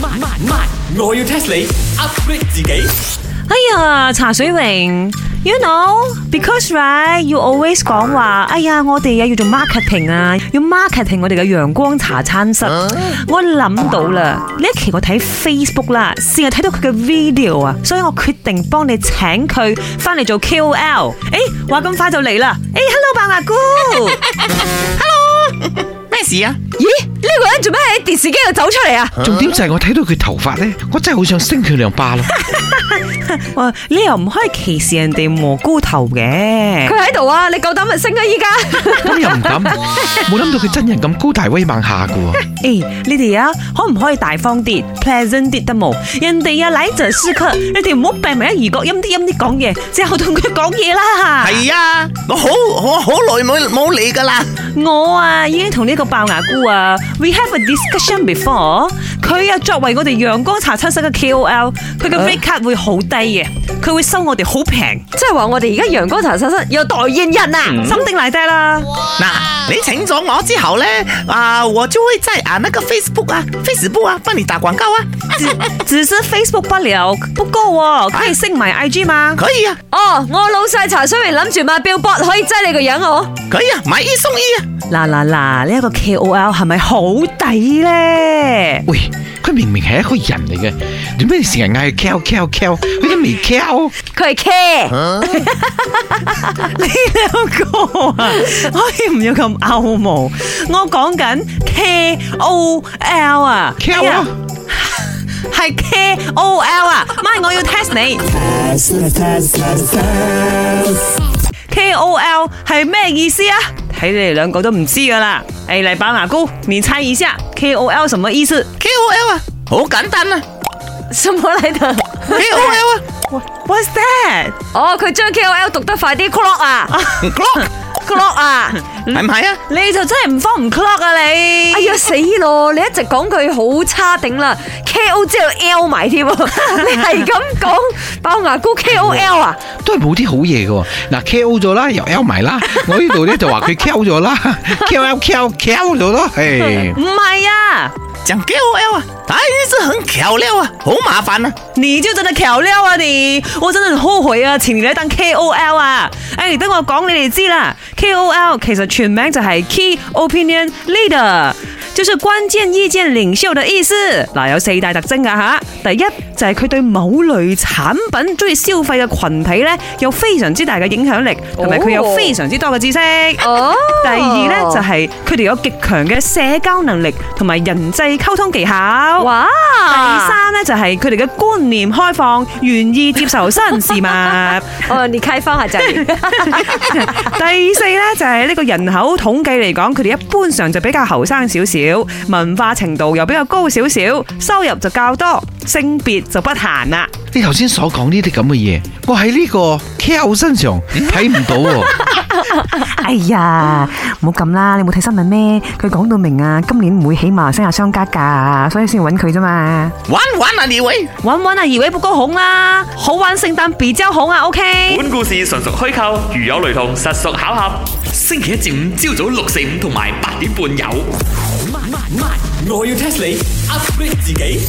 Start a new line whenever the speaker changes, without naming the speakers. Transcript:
慢慢慢，我要 test 你 upgrade 自己。
哎呀，茶水榮，you know，because right，you always 講話，哎呀，我哋啊要做 marketing 啊，要 marketing 我哋嘅陽光茶餐室。
啊
我諗到啦，呢一期我睇 Facebook 啦，成日睇到佢嘅 video 啊，所以我決定幫你請佢翻嚟做 KOL。誒，話咁快就嚟啦，誒，hello 白 牙姑，
咩事啊？
咦？呢個人做咩喺電視機度走出嚟啊？
重點就係我睇到佢頭髮咧，我真係好想升佢兩巴咯。
哇，你又唔可以歧視人哋蘑菇頭嘅
佢。喺度啊！你夠膽咪升啊！依家
咁又唔敢，冇諗到佢真人咁高大威猛下噶喎。
诶、你哋啊，可唔可以大方啲，pleasant 啲得冇？人哋啊，嚟就舒克，你哋唔好病埋一兒角，陰啲陰啲講嘢，之後同佢講嘢啦。
系啊，我好我好耐冇冇嚟噶啦。
我啊，已經同呢個爆牙菇啊，we have a discussion before。佢啊，作為我哋陽光茶餐室嘅 KOL，佢嘅 rate card 會好低嘅，佢會收我哋好平，
即係話我哋而家陽光茶餐室有代言人啊！
心定賴低啦。
那你请咗我之后呢，啊，我就会在啊那个 à, Facebook 啊、Facebook à, 啊帮你打广告啊，
只是 Facebook 不了，不過喎，可以升埋 IG 嘛。
可以啊，
哦，我老細茶水榮諗住買 billboard 可以擠你個樣我。
可以啊，买一送一啊。
嗱嗱嗱，呢一個 KOL 係咪好抵咧？
喂，佢明明係一個人嚟嘅，點解你成日嗌佢 kel kel kel，佢都未 kel。
佢係 care，
呢兩個啊，可以唔要咁拗毛？我講緊 K O L 啊
K.O.L 啊
係 K O L 啊，媽，我要 test 你。K O L 係咩意思啊？睇你哋兩個都唔知噶啦。誒，嚟把牙膏，你猜一下啊 K O L 什麼意思？
KOL 啊，好簡單啊
什麼嚟度？
，KOL 啊
What's that？
哦，佢將 KOL 讀得快啲 clock 啊
，Glock
，clock 啊！
係唔係啊？
你就真係唔慌唔 clock 啊你！
哎呀死咯！你一直講佢好差頂啦，KO 之後 L 埋 添喎，你係咁講爆牙膏 KOL 啊？
都係冇啲好嘢嘅喎，嗱 KO 咗啦，又 L 埋啦，我呢度咧就話佢 KO 咗啦，KO KO KO 咗咯，唉，
唔係啊，
講 KOL 啊，它一直很巧料啊，好麻煩啊。
你就真係橋撩啊你！我真係好悔啊，前年你當 K O L 啊，誒，等我講你哋知啦，K O L 其實全名就係 Key Opinion Leader。就是關鍵意見領袖的意思。嗱，有四大特徵噶啊吓。第一就係佢對某類產品中意消費嘅群體呢，有非常之大嘅影響力，同埋佢有非常之多嘅知識。
哦，
第二呢，就係佢哋有極強嘅社交能力同埋人際溝通技巧。
哇，
第
啊
三呢，就係佢哋嘅觀念開放，願意接受新事物。
哦，你開放下就係。
第四呢，就係呢個人口統計嚟講，佢哋一般上就比較後生少少，文化程度又比較高少少，收入就較多，性別就不限啦。
你頭先所講呢啲咁嘅嘢，我喺呢個 KO 身上睇唔到喎。
哎呀，唔好咁啦，你冇睇新聞咩？佢講到明啊，今年唔會起馬星亞商家噶，所以先揾佢啫嘛。
玩玩啊，你喂！
玩玩啊，二位不高紅啦，好玩聖誕比較好啊，OK。
本故事純屬虛構，如有雷同，實屬巧合。星期一至五朝早六四五同埋八點半有。
慢慢慢，我要 test 你 upgrade 自己。